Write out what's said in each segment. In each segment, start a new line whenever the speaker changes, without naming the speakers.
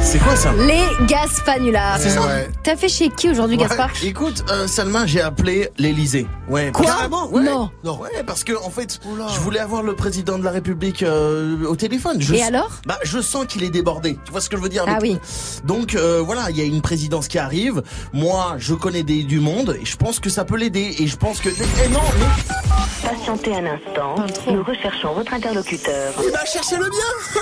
C'est quoi ça
Les Gaspanulas.
C'est ça Eh Ouais.
T'as fait chez qui aujourd'hui, Gaspard
Ouais, Écoute, euh, Salma, j'ai appelé l'Elysée. Ouais,
Quoi
carrément, ouais.
Non.
Ouais, parce que en fait, je voulais avoir le président de la République euh, au téléphone. Je
Et
s-
alors
Bah, je sens qu'il est débordé. Tu vois ce que je veux dire
Ah
avec-
oui.
Donc euh, voilà, il y a une présidence qui arrive. Moi, je connais des du monde et je pense que ça peut l'aider. Et je pense que Eh non, mais
Patientez un instant,
Parle trop.
nous recherchons votre interlocuteur.
il va chercher le bien.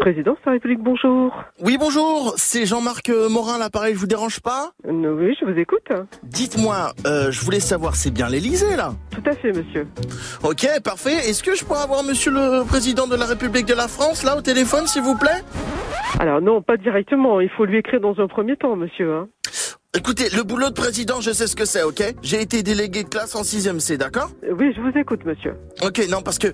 Présidence de la République, bonjour.
Oui, bonjour. C'est Jean-Marc euh, Morin, l'appareil. Je vous dérange pas
Euh, Oui, je vous écoute.
Dites-moi, euh, je voulais savoir, c'est bien l'Elysée là
Tout à fait, monsieur.
Ok, parfait. Est-ce que je pourrais avoir monsieur le président de la République de la France là au téléphone, s'il vous plaît
Alors non, pas directement. Il faut lui écrire dans un premier temps, monsieur. hein.
Écoutez, le boulot de président, je sais ce que c'est, ok J'ai été délégué de classe en 6ème C, d'accord
Euh, Oui, je vous écoute, monsieur.
Ok, non, parce que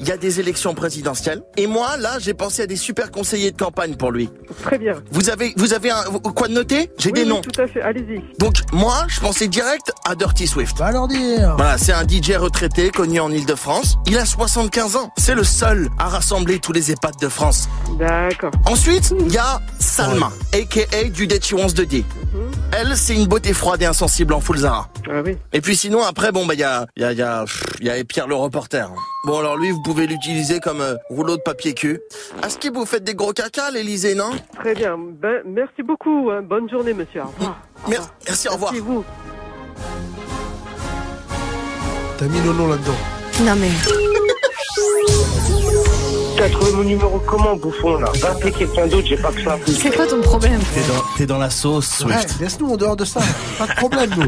il y a des élections présidentielles. Et moi, là, j'ai pensé à des super conseillers de campagne pour lui.
Très bien.
Vous avez, vous avez un, vous- quoi de noter J'ai
Oui,
des
oui,
noms.
tout à fait. Allez-y.
Donc, moi, je pensais direct à Dirty Swift.
Va leur dire.
Voilà, c'est un DJ retraité connu en Ile-de-France. Il a 75 ans. C'est le seul à rassembler tous les E EHPAD de France.
D'accord.
Ensuite, il y a Salma, aka du Dead She Wants to Die. Elle, c'est une beauté froide et insensible en full Zara.
Ah oui.
Et puis sinon, après, bon, bah, il y a, il y, a, il y, a, pff, il y a Pierre le reporter. Bon, alors lui, vous pouvez l'utiliser comme euh, rouleau de papier cul. À ce qui vous faites des gros caca, l'Elysée, non
Très bien. Ben, merci beaucoup. hein. Bonne journée, monsieur. Au revoir.
Mer- Merci, au revoir.
Merci, vous.
T'as mis Nono là-dedans.
Non mais.
T'as trouvé mon numéro comment, bouffon, là Va appeler quelqu'un d'autre, j'ai pas que ça.
C'est quoi ton problème
T'es dans, t'es dans la sauce,
Ouais,
Swift.
laisse-nous en dehors de ça. Pas de problème, nous.